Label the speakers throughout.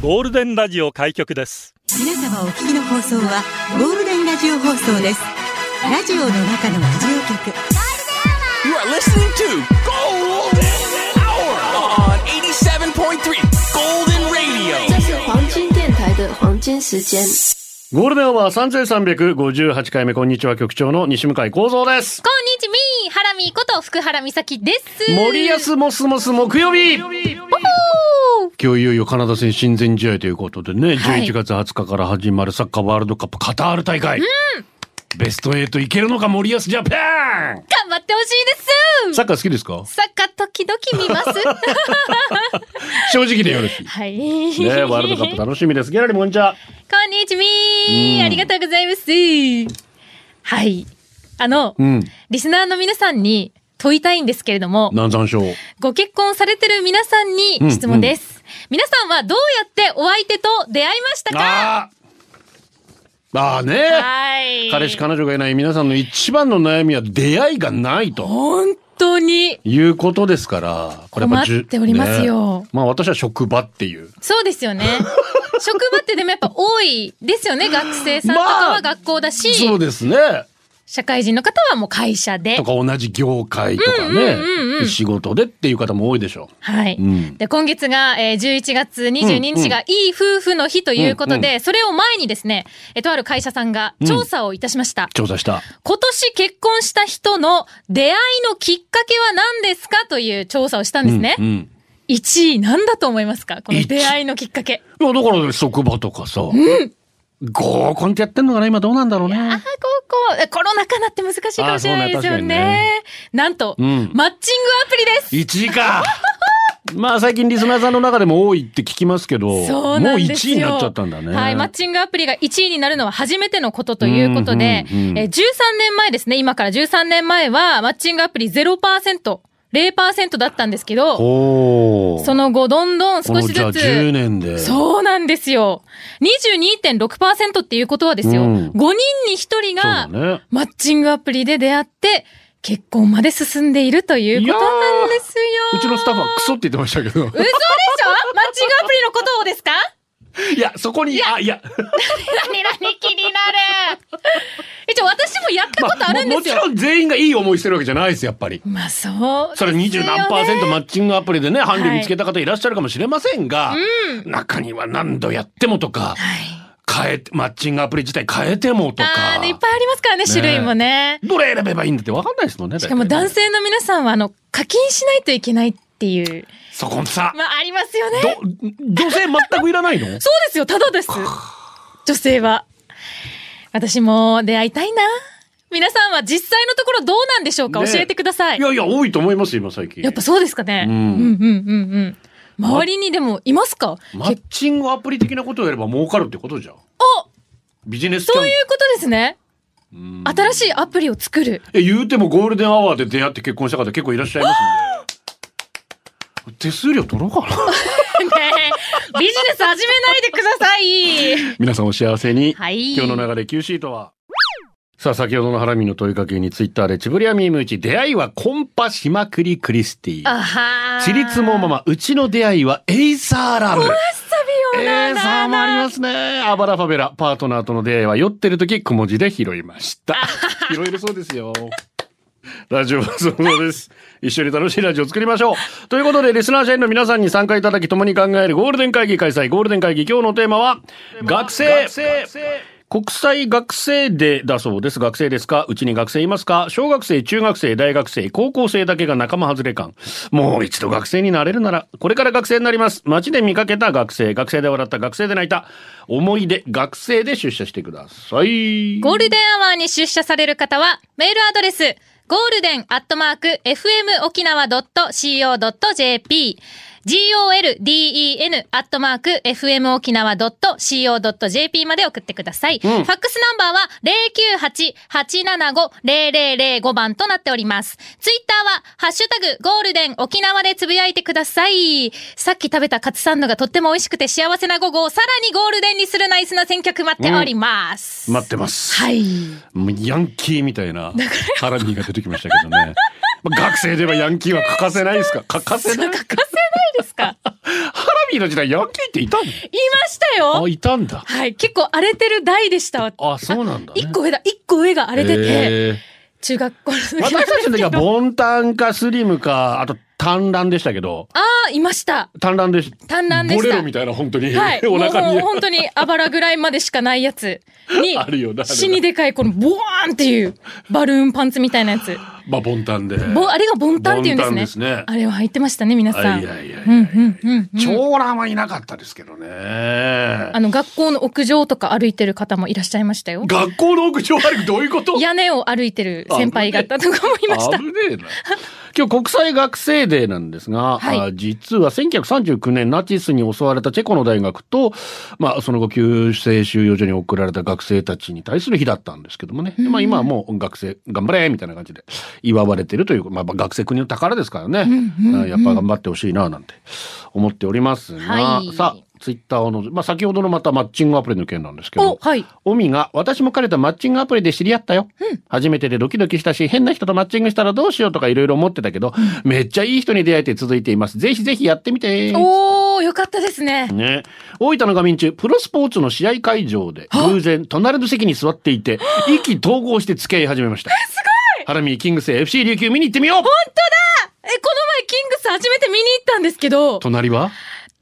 Speaker 1: ゴールデンラジオ開局です
Speaker 2: 皆様お聞きの放送はゴールデンラジオ放送ですラジオの中のラジオ局
Speaker 3: You are listening to Golden Hour on 87.3 Golden Radio.
Speaker 4: 这是黄金电台的黄金时间。
Speaker 5: ゴールデンは三千三百五十八回目こんにちは局長の西向井光三です。
Speaker 6: こんにちみハラミこと福原美咲です。
Speaker 5: 森安モスモス木曜日。今日いよいよカナダ戦親善試合ということでね、
Speaker 6: はい
Speaker 5: 11月20日から始まるサッカーワールドカップカタール大会。ベスト8いけるのか森保ジャパン
Speaker 6: 頑張ってほしいです
Speaker 5: サッカー好きですか
Speaker 6: サッカー時々見ます
Speaker 5: 正直でよろしい。ね
Speaker 6: はい。
Speaker 5: ワールドカップ楽しみです。ギャラリーもんちゃ。
Speaker 6: こんにち
Speaker 5: うん
Speaker 6: みありがとうございます。はい。あの、
Speaker 5: うん。
Speaker 6: リスナーの皆さんに問いたいんですけれども、
Speaker 5: 南山賞。
Speaker 6: ご結婚されてる皆さんに質問です。皆さんはどうやってお相手と出会いましたか
Speaker 5: あーあーね。
Speaker 6: はい。
Speaker 5: 彼氏彼女がいない皆さんの一番の悩みは出会いがないと。
Speaker 6: 本当に。
Speaker 5: いうことですから、こやぱじゅ
Speaker 6: 困っておりますよ
Speaker 5: ねまあ私は職場っていう。
Speaker 6: そうで すよね。職場ってでもやっぱ多いですよね。学生さんとか
Speaker 5: まあ
Speaker 6: は学校だし、
Speaker 5: そうですね。
Speaker 6: 社会人の方はもう会社で
Speaker 5: と。か同じ業界とかね、
Speaker 6: うんうんうん
Speaker 5: 仕事でっていう方も多いでしょ
Speaker 6: はい。
Speaker 5: うん
Speaker 6: で、今月が、えー11月22日がいい夫婦の日ということで、
Speaker 5: うん
Speaker 6: それを前にですね、えーとある会社さんが調査をいたしました。
Speaker 5: う。調査した。
Speaker 6: 今年結婚した人の出会いのきっかけは何ですかという調査をしたんですね。
Speaker 5: うんうん
Speaker 6: 1位何だと思いますかこの出会いのきっかけ。
Speaker 5: いや、だから職場とかさ、合コンってやってんのかな今どうなんだろう
Speaker 6: ああ
Speaker 5: ね。、
Speaker 6: 高校、えコロナ禍なって難しいかもしれないですよ
Speaker 5: あそう
Speaker 6: ね。
Speaker 5: ね
Speaker 6: なんと、
Speaker 5: うん
Speaker 6: マッチングアプリです。
Speaker 5: 1位か まあ最近リスナーさんの中でも多いって聞きますけど、
Speaker 6: そ
Speaker 5: も
Speaker 6: うな
Speaker 5: うん
Speaker 6: です
Speaker 5: 1
Speaker 6: よ
Speaker 5: 位になっちゃったんだね。
Speaker 6: はい、マッチングアプリが1位になるのは初めてのことということで、
Speaker 5: うんうんうん
Speaker 6: えー13年前ですね、今から13年前は、マッチングアプリ0%、0%だったんですけど、
Speaker 5: おー
Speaker 6: その後、どんど
Speaker 5: こ
Speaker 6: ん少
Speaker 5: の
Speaker 6: し
Speaker 5: じゃあ
Speaker 6: ず
Speaker 5: 10
Speaker 6: つ、
Speaker 5: 年で。
Speaker 6: そうなんですよ。22.6%っていうことはです
Speaker 5: う
Speaker 6: よ、
Speaker 5: ん
Speaker 6: 5人に1人
Speaker 5: そうだ
Speaker 6: が、
Speaker 5: ね。
Speaker 6: マッチングアプリで出会って、結婚まで進んでいるということなんですよ。
Speaker 5: うちのスタッフはクソって言ってましたけど。
Speaker 6: 嘘でしょマッチングアプリのことをですか
Speaker 5: いや、そこに、あ、いや、
Speaker 6: 何何気になる一応私もやったことあるん
Speaker 5: も
Speaker 6: で
Speaker 5: も
Speaker 6: す
Speaker 5: ち
Speaker 6: よ、
Speaker 5: ろん全員がいい思いしてるわけじゃないです、やっぱり。
Speaker 6: まあそうです
Speaker 5: そ
Speaker 6: よ
Speaker 5: れ
Speaker 6: ね
Speaker 5: 二十何パーセントマッチングアプリでね、伴侶見つけた方いらっしゃるかもしれませんが、中には何度やってもとか、
Speaker 6: はい
Speaker 5: 変えて、マッチングアプリ自体変えてもと
Speaker 6: あ
Speaker 5: か
Speaker 6: ー、ねいっぱいありますからね種類もね
Speaker 5: どれ選べばいいんだってわかんないですもんね。
Speaker 6: しかも男
Speaker 5: 性。
Speaker 6: 性の皆さんはあの課金しないといけないっていう
Speaker 5: そこさ、
Speaker 6: まあありますよねそう
Speaker 5: ど、女性全くいら ないの
Speaker 6: ですよただです女性は私も出会いたいな皆さんは実際のところどうなんでしょうか、
Speaker 5: ね
Speaker 6: 教えてください
Speaker 5: いやいや、多いと思いますよ、今最近。
Speaker 6: やっぱそうですかね、
Speaker 5: う
Speaker 6: うんん、うんうんうん周りにでもいますか、
Speaker 5: マッチングアプリ的なことをやれば儲かるってことじゃん。
Speaker 6: お
Speaker 5: ビジネスチャン
Speaker 6: そういうことですね
Speaker 5: うん
Speaker 6: 新しいアプリを作る。
Speaker 5: え言うてもゴールデンアワーで出会って結婚した方結構いらっしゃい ますんで。手数料取ろ うかな。
Speaker 6: ねえビジネス始めないでください。
Speaker 5: 皆さんお幸せに。
Speaker 6: はい。
Speaker 5: 今日の流れ Q シートは。さあ、先ほどのハラミの問いかけにツイッターでチブリアミームうち出会いはコンパしまくりクリスティ。
Speaker 6: あはー
Speaker 5: チリツモマ。マ、うちの出会いはエイサーラブ。
Speaker 6: サビオ
Speaker 5: エイ
Speaker 6: ナ
Speaker 5: サー
Speaker 6: ナ
Speaker 5: もあり
Speaker 6: ナ。
Speaker 5: ますね。アバラファベラ、パートナーとの出会いは酔ってる時、くも字で拾いました。拾えるそうですよ。ラジオはそうです。一緒に楽しいラジオを作りましょう。ということで、リスナー社員の皆さんに参加いただき、共に考えるゴールデン会議開催。ゴールデン会議、今日のテーマは、学生国際学生デーだそうです。学生ですかうちに学生いますか小学生、中学生、大学生、高校生だけが仲間外れ感。もう一度学生になれるなら、これから学生になります。街で見かけた学生、学生で笑った、学生で泣いた、思い出、学生で出社してください。
Speaker 6: ゴールデンアワーに出社される方は、メールアドレス、ゴールデンアットマーク、fmokinawa.co.jp、golden アットマーク、fmokinawa.co.jp まで送ってください。
Speaker 5: ん
Speaker 6: ファックスナンバーは、098-875-0005番となっております。ツイッターは、ハッシュタグ、ゴールデン沖縄でつぶやいてください。さっき食べたカツサンドがとっても美味しくて幸せな午後をさらにゴールデンにするナイスな選曲待っております。
Speaker 5: 待ってます。
Speaker 6: はい。
Speaker 5: もうヤンキーみたいな、ハラミーが出てきましたけどね。まあ、学生ではヤンキーは欠かせないですか欠かせない
Speaker 6: 欠かせないですかい
Speaker 5: ハラミーの時代ヤンキーっていたの
Speaker 6: ましたよ
Speaker 5: あいたんだ
Speaker 6: はい、結構荒れてる代でした。
Speaker 5: あそうなんだ、ね、
Speaker 6: 一個上だ、一個上が荒れてて、
Speaker 5: へー
Speaker 6: 中学校の時なんで
Speaker 5: 私たち
Speaker 6: す
Speaker 5: の時
Speaker 6: け
Speaker 5: は
Speaker 6: ど。
Speaker 5: ボンタンかスリムかあと短乱でしたけど
Speaker 6: ああ、いました。
Speaker 5: 短乱でし
Speaker 6: 短乱でした
Speaker 5: ボレロみたいな本当に、
Speaker 6: はい。
Speaker 5: お腹
Speaker 6: も
Speaker 5: に
Speaker 6: う本当にあばらぐらいまでしかないやつに
Speaker 5: あるよなあれな
Speaker 6: 死にでかいこのボワーンっていうバルーンパンツみたいなやつ。
Speaker 5: まあボンタンで
Speaker 6: ぼあれがボンタンっていうんです
Speaker 5: ボ
Speaker 6: ね。
Speaker 5: ンタンですね
Speaker 6: あれは入ってましたね、皆さん。
Speaker 5: いやいやいやいや
Speaker 6: うんうんうんうん。
Speaker 5: 長男はいなかったですけどね
Speaker 6: あの、学校の屋上とか歩いてる方もいらっしゃいましたよ。
Speaker 5: 学校の屋上歩くどういうこと
Speaker 6: 屋根を歩いてる先輩方とかもいました
Speaker 5: 危。ねえな。今日国際学生デーなんですが、
Speaker 6: はい
Speaker 5: あ実は1939年ナチスに襲われたチェコの大学と、まあその後急性収容所に送られた学生たちに対する日だったんですけどもね。まあ今はもう学生頑張れみたいな感じで祝われてるという、まあまあ学生国の宝ですからね。あやっぱ頑張ってほしいななんて思っておりますが、
Speaker 6: はい
Speaker 5: さあ、ツイッターをのぞ、まあ先ほどのまたマッチングアプリの件なんですけど
Speaker 6: お、、はい。
Speaker 5: オミが、私も彼とマッチングアプリで知り合ったよ。初めてでドキドキしたし、変な人とマッチングしたらどうしようとかいろいろ思ってたけど、めっちゃいい人に出会えて続いています。ぜひぜひやってみて。
Speaker 6: おー、よかったですね。
Speaker 5: ね、大分の画面中プロスポーツの試合会場で偶然隣の席に座っていて意気投合して付き合い始めましたすごいハラミーキングス FC 琉球見に行ってみよう
Speaker 6: え、この前キングス初めて見に行ったんですけど、
Speaker 5: 隣は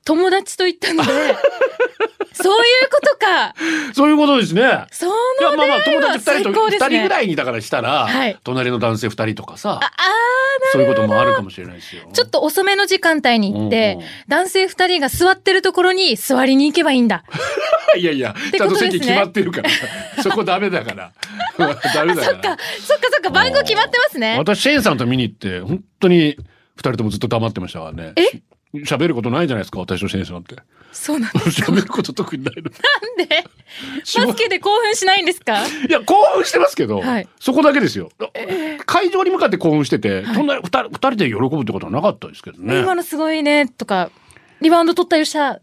Speaker 6: 友達と 行ったので、そういうことか。
Speaker 5: そういうことですね
Speaker 6: その
Speaker 5: いやまあ
Speaker 6: 出
Speaker 5: まあ
Speaker 6: 会い
Speaker 5: 友
Speaker 6: は
Speaker 5: 達2
Speaker 6: 最
Speaker 5: 人と
Speaker 6: 高です
Speaker 5: 2
Speaker 6: ね。
Speaker 5: 人ぐらいにだからしたら、
Speaker 6: はい
Speaker 5: 隣の男性2人とかさ
Speaker 6: ああ
Speaker 5: そういうこともあるかもしれないですよ
Speaker 6: ー、ちょっと遅めの時間帯に行って
Speaker 5: うんうん、
Speaker 6: 男性二人が座ってるところに座りに行けばいい んだ。
Speaker 5: いやいや、
Speaker 6: て
Speaker 5: ちゃん
Speaker 6: こととです
Speaker 5: 席
Speaker 6: ね
Speaker 5: 決まってるから。 そこダメだから。 ダメだ
Speaker 6: そっ
Speaker 5: か。、
Speaker 6: からそっかそっか、番号決まってますね。
Speaker 5: 私、シェーンさんと見に行って、本当に二人ともずっと黙ってましたからね。
Speaker 6: え
Speaker 5: 喋ることないじゃないですか、私とシェーンさんって。
Speaker 6: そうなんですか。
Speaker 5: 喋ること特にない の。
Speaker 6: なんで、バスケで興奮しないんですか
Speaker 5: いや、興奮してますけど、
Speaker 6: はい
Speaker 5: そこだけですよ。会場に向かって興奮してて、そんな二人二人で喜ぶってことはなかったですけどね。
Speaker 6: 今のすごいね、とか、リバウンド取ったよっしゃ、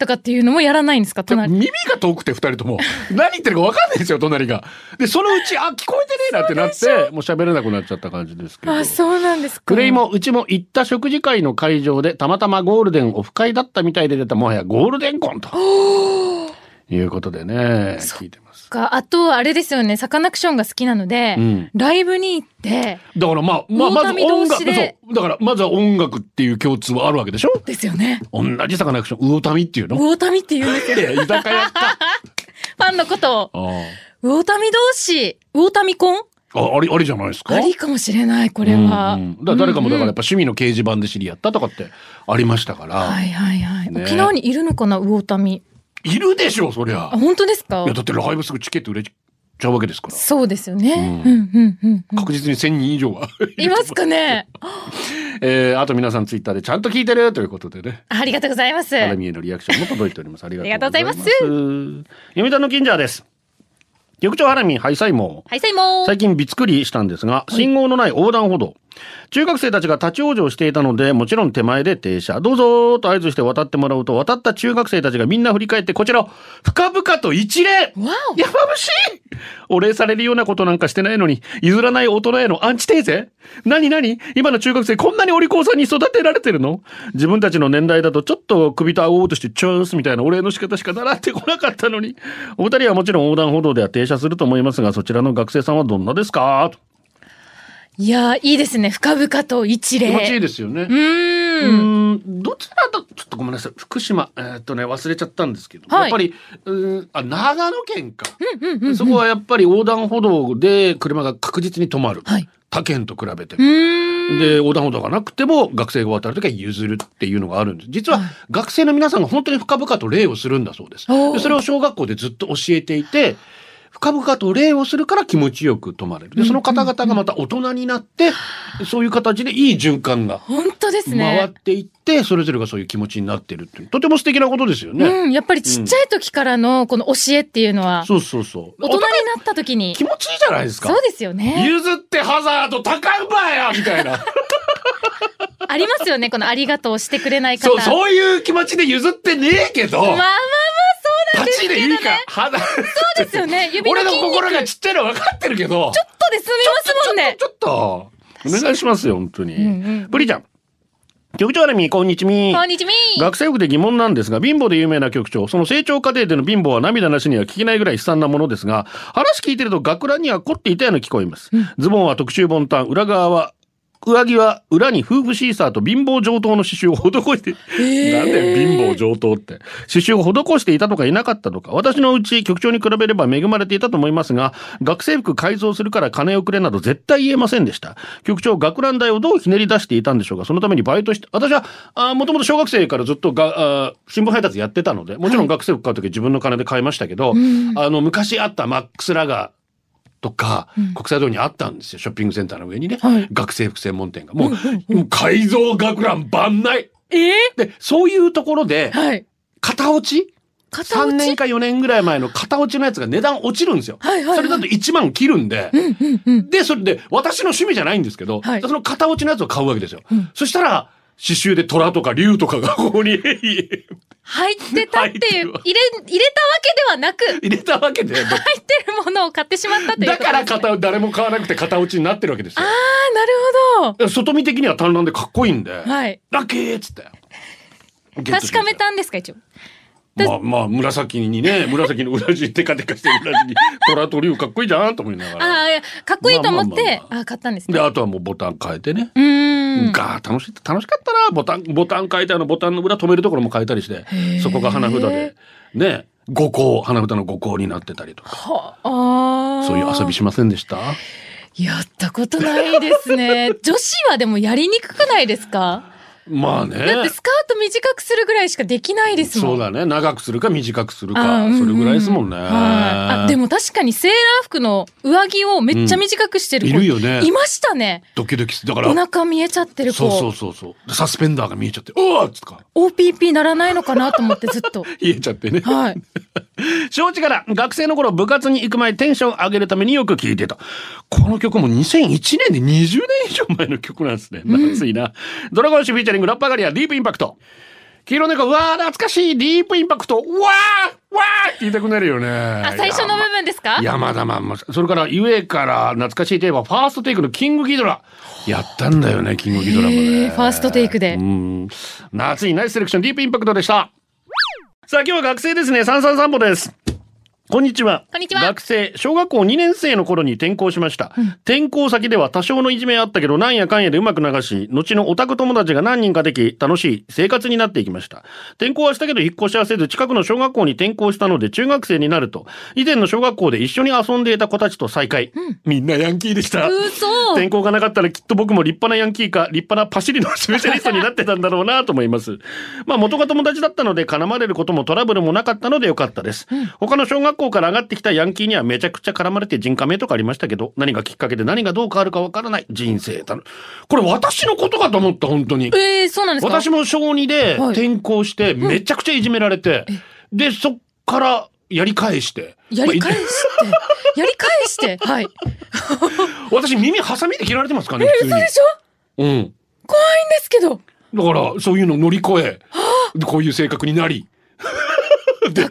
Speaker 6: とかっていうのもやらないんですか
Speaker 5: でも
Speaker 6: 隣。
Speaker 5: 耳が遠くて二人とも 何言ってるか分かんないですよ隣がでそのうちあ聞こえてねえなってなってもう喋れなくなっちゃった感じですけど
Speaker 6: あ、そうなんですか。
Speaker 5: クレイもうちも行った食事会の会場でたまたまゴールデンオフ会だったみたいで出たもはやゴールデンコンということでね聞いてます
Speaker 6: かあと、あれですよね、サカナクションが好きなので、
Speaker 5: うん
Speaker 6: ライブに行って、
Speaker 5: だからまあ、まあ、まず
Speaker 6: 大谷同
Speaker 5: 音楽
Speaker 6: 士で
Speaker 5: そうだからまずは音楽っていう共通はあるわけでしょ
Speaker 6: ですよね。
Speaker 5: 同じサカナクション魚民っていうの
Speaker 6: 魚民って言う んですよ。
Speaker 5: いや居酒屋か
Speaker 6: ファンのことを。
Speaker 5: あー
Speaker 6: 魚民同士、魚民婚
Speaker 5: あありありじゃないですか
Speaker 6: ありかもしれない、これは。
Speaker 5: うんうんだから誰かもだからやっぱ趣味の掲示板で知り合ったとかってありましたから、
Speaker 6: はいはいはい。
Speaker 5: ね
Speaker 6: 沖縄にいるのかな、魚民。
Speaker 5: いるでしょそりゃ
Speaker 6: あ、本当ですか
Speaker 5: いやだってライブすぐチケット売れちゃうわけですから
Speaker 6: そうですよね。
Speaker 5: う
Speaker 6: うんんうんうんうん。
Speaker 5: 確実に1000人以上は
Speaker 6: いますかね
Speaker 5: えー、あと皆さんツイッターでちゃんと聞いてるということでね。
Speaker 6: ありがとうございます。
Speaker 5: アラミへのリアクションも届いております。ありがとうございます。
Speaker 6: ありがと
Speaker 5: 読谷の近所です。局長ハラミ、ハイサイモー。
Speaker 6: はい、さいも
Speaker 5: 最近びつくりしたんですが、信号のない横断歩道。中学生たちが立ち往生していたので、もちろん手前で停車。どうぞーと合図して渡ってもらうと、渡った中学生たちがみんな振り返って、こちらを深々と一礼
Speaker 6: わお
Speaker 5: やまぶしいお礼されるようなことなんかしてないのに、譲らない大人へのアンチテーゼ何何今の中学生こんなにお利口さんに育てられてるの自分たちの年代だとちょっと首と顎を落としてチュースみたいなお礼の仕方しか習ってこなかったのに。お二人はもちろん横断歩道では停車すると思いますが、そちらの学生さんはどんなですかと
Speaker 6: いやー、いいですね。深々と一礼。
Speaker 5: 気持ちいいうですよね。
Speaker 6: ーん。
Speaker 5: うんどちらだちょっとごめんなさい福島えーっとね忘れちゃったんですけど、や
Speaker 6: はい
Speaker 5: っぱりうんあ長野県か、そこはやっぱり横断歩道で車が確実に止まる、
Speaker 6: はい
Speaker 5: 他県と比べて
Speaker 6: う。ーん。
Speaker 5: で横断歩道がなくても学生が渡る時は譲るっていうのがあるんです実は学生の皆さんが本当に深々と礼をするんだそうです
Speaker 6: おー
Speaker 5: でそれを小学校でずっと教えていて深々と礼をするから気持ちよく止まれるでその方々がまた大人になってそういう形でいい循環が
Speaker 6: 本当です
Speaker 5: 回っ
Speaker 6: ね。
Speaker 5: ていってそれぞれがそういう気持ちになってるっていうとても素敵なことですよね。
Speaker 6: うん、やっぱりちっちゃい時からのこの教えっていうのは、
Speaker 5: そうそうそう。
Speaker 6: 大人になった時
Speaker 5: お互い
Speaker 6: に
Speaker 5: 気、持ちいいじゃないですか
Speaker 6: そ。うですよね。
Speaker 5: 譲ってハザード高いばやみたい な
Speaker 6: ありますよね、このありがとうをしてくれない方。
Speaker 5: そうそういう気持ちで譲ってねえけど、
Speaker 6: まあまあまあ、そうな
Speaker 5: 立
Speaker 6: んです
Speaker 5: ち
Speaker 6: け
Speaker 5: で
Speaker 6: ど
Speaker 5: いいか
Speaker 6: ね。
Speaker 5: ハザ
Speaker 6: そうですよね。指 の
Speaker 5: 俺の
Speaker 6: 筋肉
Speaker 5: 心がちっちゃいの分かってるけど
Speaker 6: ちょっとで済みますもんね。
Speaker 5: ちょっと お願いしますよ、本当に。
Speaker 6: んうん
Speaker 5: プリちゃん。局長アラミー、こんにちみ
Speaker 6: こ。んにちみ
Speaker 5: 学生服で疑問なんですが、貧乏で有名な局長、その成長過程での貧乏は涙なしには聞けないぐらい悲惨なものですが、話聞いてると学ランには凝っていたように聞こえます。ズボンは特注ボンタン、裏側は上着は裏に夫婦シーサーと貧乏上等の刺繍を施して、なんだよ貧乏上等って刺繍を施していたとかいなかったとか私のうち局長に比べれば恵まれていたと思いますが学生服改造するから金をくれなど絶対言えませんでした局長学ラン代をどうひねり出していたんでしょうかそのためにバイトして私はあもともと小学生からずっとがあー新聞配達やってたのでもちろん学生服買う時は自分の金で買いましたけど、あの昔あったマックスラガーとか、国際通りにあったんですよショッピングセンターの上にね、学生服専門店がもう,、もう改造学ラン万内
Speaker 6: ええ
Speaker 5: でそういうところで
Speaker 6: はい。
Speaker 5: 片落ち
Speaker 6: 片
Speaker 5: 3
Speaker 6: 落
Speaker 5: 年
Speaker 6: ち
Speaker 5: か4年ぐらい前の片落ちのやつが値段落ちるんですよ、
Speaker 6: はいはいはい
Speaker 5: それだと1万切るんで、
Speaker 6: うんうん。
Speaker 5: でそれで私の趣味じゃないんですけど、
Speaker 6: はい
Speaker 5: その片落ちのやつを買うわけですよ、そしたら刺繍で虎とか竜とかがここに 入
Speaker 6: 入ってたっていう、入れ、
Speaker 5: 入
Speaker 6: 入れたわけではなく、入
Speaker 5: れたわけで
Speaker 6: ってるものを買ってしまったとい
Speaker 5: だ
Speaker 6: うことですね、
Speaker 5: から片誰も買わなくて片落ちになってるわけですよ
Speaker 6: ああ、なるほど。
Speaker 5: 外見的には単乱でかっこいいんで、
Speaker 6: はい。
Speaker 5: ラッキーっつってゲットしまし
Speaker 6: 確かめたんですか、一応。
Speaker 5: まあまあ紫にね紫の裏地テカテカしてる裏地に 虎と竜かっこいいじゃんと思いなが
Speaker 6: あ
Speaker 5: ら。
Speaker 6: あ、かっこいいと思って、
Speaker 5: まあまあまあま
Speaker 6: ああ、買ったんです
Speaker 5: で
Speaker 6: ね。
Speaker 5: あとはもうボタン変えてね。
Speaker 6: うーん。
Speaker 5: ガー楽しい楽しかったなボタンボタン変えてあのボタンの裏止めるところも変えたりしてそこが花札でね五香花札の五香になってたりとか
Speaker 6: はああ。
Speaker 5: そういう遊びしませんでした
Speaker 6: やったことないです ね。女子はでもやりにくくないですか
Speaker 5: まあ
Speaker 6: だって
Speaker 5: ね
Speaker 6: スカート短くするぐらいしかできないですも
Speaker 5: そ
Speaker 6: ん。
Speaker 5: うだね長くするか短くする
Speaker 6: あ
Speaker 5: か
Speaker 6: うんうん
Speaker 5: それぐらいですもんね
Speaker 6: はいあでも確かにセーラー服の上着をめっちゃ短くしてる子、
Speaker 5: うんいるよね
Speaker 6: いましたね。
Speaker 5: ドキドキすだか
Speaker 6: お
Speaker 5: ら
Speaker 6: 腹見えちゃってる子。
Speaker 5: そうそうそうそうサスペンダーが見えちゃっておおっつってか
Speaker 6: OPP ならないのかなと思ってずっ と。
Speaker 5: 冷えちゃってね
Speaker 6: はい。
Speaker 5: 承知から学生の頃部活に行く前テンション上げるためによく聴いてた。この曲も2001年で20年以上前の曲なんですね。夏いな。ドラゴンシュフィーチャリングラッパーガリアディープインパクト。黄色猫、うわー懐かしいディープインパクト。うわーうわーって言いたくなるよね。
Speaker 6: あ、最初の部分ですか
Speaker 5: 山田まんま。それから、ゆえから懐かしいといえば、ファーストテイクのキングギドラ。やったんだよね、キングギドラも
Speaker 6: へ
Speaker 5: ね。
Speaker 6: ーファーストテイクで
Speaker 5: うん。夏にナイスセレクション、ディープインパクトでした。さあ、今日は学生ですね。三三三歩です。こんにちは。
Speaker 6: こんにちは
Speaker 5: 学生、小学校2年生の頃に転校しました。転校先では多少のいじめあったけど、なんやかんやでうまく流し、後のオタク友達が何人かでき、楽しい生活になっていきました。転校はしたけど引っ越しはせず、近くの小学校に転校したので、中学生になると、以前の小学校で一緒に遊んでいた子たちと再会。みんなヤンキーでした。
Speaker 6: 嘘
Speaker 5: 天候がなかったらきっと僕も立派なヤンキーか立派なパシリのスペシャリストになってたんだろうなと思い ます。まあ元が友達だったので絡まれることもトラブルもなかったのでよかったです。他の小学校から上がってきたヤンキーにはめちゃくちゃ絡まれて人家名とかありましたけど、何がきっかけで何がどう変わるかわからない人生だ。これ私のことかと思った本当に。
Speaker 6: ええそうなんですか
Speaker 5: 私も小2で
Speaker 6: はい
Speaker 5: 転校してめちゃくちゃいじめられて、でそっからやり返して。
Speaker 6: やり返
Speaker 5: まあい
Speaker 6: して。やり返して。 はい。
Speaker 5: 私耳ハサミで切られてますからね、普通
Speaker 6: 嘘
Speaker 5: に
Speaker 6: で。しょ
Speaker 5: うん。
Speaker 6: 怖いんですけど。
Speaker 5: だから、そういうのを乗り越え、こういう性格になり。で、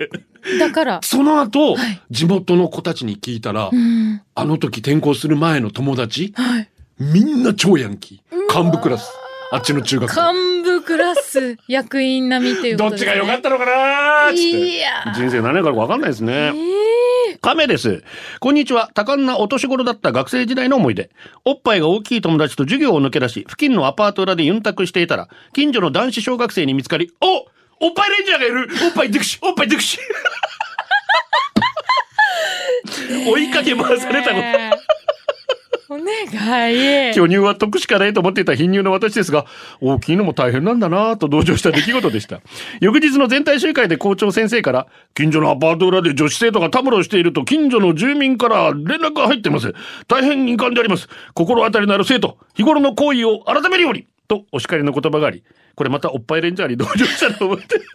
Speaker 6: だから。
Speaker 5: その後、
Speaker 6: はい
Speaker 5: 地元の子たちに聞いたら、
Speaker 6: うん。
Speaker 5: あの時転校する前の友達、
Speaker 6: はい。
Speaker 5: みんな超ヤンキー。幹部クラス。あっちの中学校。
Speaker 6: 幹部クラス役員並みというこ
Speaker 5: ど
Speaker 6: と
Speaker 5: っ
Speaker 6: です
Speaker 5: ち
Speaker 6: ね、
Speaker 5: が良かったのかなーっつって
Speaker 6: いやー
Speaker 5: 人生何年からか分かんないですね。亀です。こんにちは。多感なお年頃だった学生時代の思い出。おっぱいが大きい友達と授業を抜け出し、付近のアパート裏でユンタクしていたら、近所の男子小学生に見つかり、おおっぱいレンジャーがいるおっぱいデクシおっぱいデクシ 追いかけ回されたの。
Speaker 6: ねえお願 い。
Speaker 5: 巨乳は得しかないと思っていた貧乳の私ですが、大きいのも大変なんだなぁと同情した出来事でした。 翌日の全体集会で校長先生から、近所のアパート裏で女子生徒がたむろしていると近所の住民から連絡が入っています。大変遺憾であります。心当たりのある生徒、日頃の行為を改めるようにとお叱りの言葉があり、これまたおっぱいレンジャーに同情したと思って。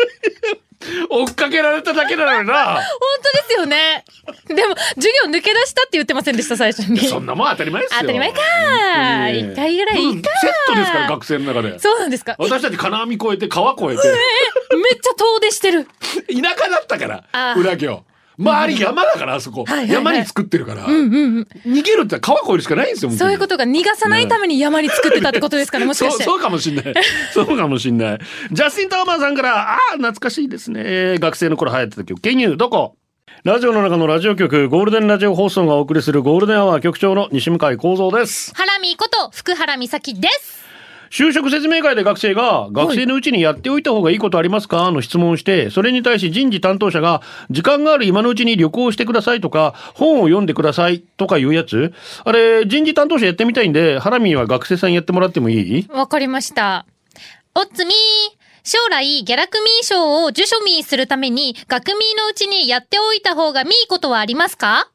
Speaker 5: 追っかけられただけなのにな
Speaker 6: 本当ですよね。でも、授業抜け出したって言ってませんでした、最初に。
Speaker 5: そんなもん当たり前ですよ。
Speaker 6: 当たり前か
Speaker 5: 本当に
Speaker 6: 一回ぐらいいいか
Speaker 5: セットですから、学生の中で。
Speaker 6: そ うなんですか。えめっ
Speaker 5: 私たち金網越えて川越え
Speaker 6: ちゃ遠出してる。
Speaker 5: て田舎だったか
Speaker 6: あ
Speaker 5: ら
Speaker 6: ー
Speaker 5: 裏行周り山だからあそこ、
Speaker 6: はいはいはい
Speaker 5: 山に作ってるから、
Speaker 6: うんうん
Speaker 5: 逃げるって川越えるしかないんですよ
Speaker 6: う
Speaker 5: 本当
Speaker 6: ん。そう
Speaker 5: に
Speaker 6: いうことが逃がさないために山に作ってたってことですかね、もしかして。
Speaker 5: そうそうかもしん ないそうかもしんないジャスティン・タワマンさんからああ懐かしいですねえー学生の頃流行ってた曲「ケニューどこ?」ラジオの中のラジオ局ゴールデンラジオ放送がお送りするゴールデンアワー局長の西向井光三です
Speaker 6: ハラミこと福原美咲です。
Speaker 5: 就職説明会で学生が学生のうちにやっておいた方がいいことありますかの質問をしてそれに対し人事担当者が時間がある今のうちに旅行してくださいとか本を読んでくださいとかいうやつあれ人事担当者やってみたいんでハラミーは学生さんやってもらってもいい
Speaker 6: わかりました。おつみー。将来、ギャラクミー賞を受賞ミーするために、学ミーのうちにやっておいた方がミーことはありますか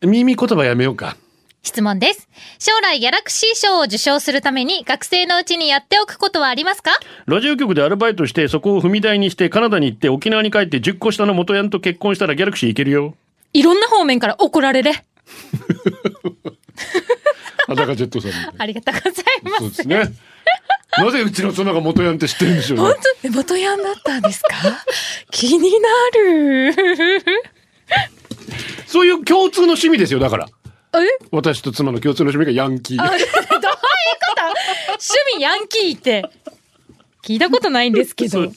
Speaker 5: 耳言葉やめようか。
Speaker 6: 質問です。将来、ギャラクシー賞を受賞するために、学生のうちにやっておくことはありますか
Speaker 5: ラジオ局でアルバイトして、そこを踏み台にして、カナダに行って、沖縄に帰って、10個下の元ヤンと結婚したらギャラクシー行けるよ。
Speaker 6: いろんな方面から怒られる。
Speaker 5: 裸ジェットさんみたい
Speaker 6: ありがとうございま
Speaker 5: な。
Speaker 6: す。
Speaker 5: そうですね。なぜうちの妻が元ヤンって知ってるんでしょう
Speaker 6: 本
Speaker 5: ね。
Speaker 6: 当に元ヤンだったんですか 気になる。
Speaker 5: そういう共通の趣味ですよ、だから。
Speaker 6: え
Speaker 5: 私と妻の共通の趣味がヤンキー。
Speaker 6: あどういうこと趣味ヤンキーって聞いたことないんですけど
Speaker 5: そう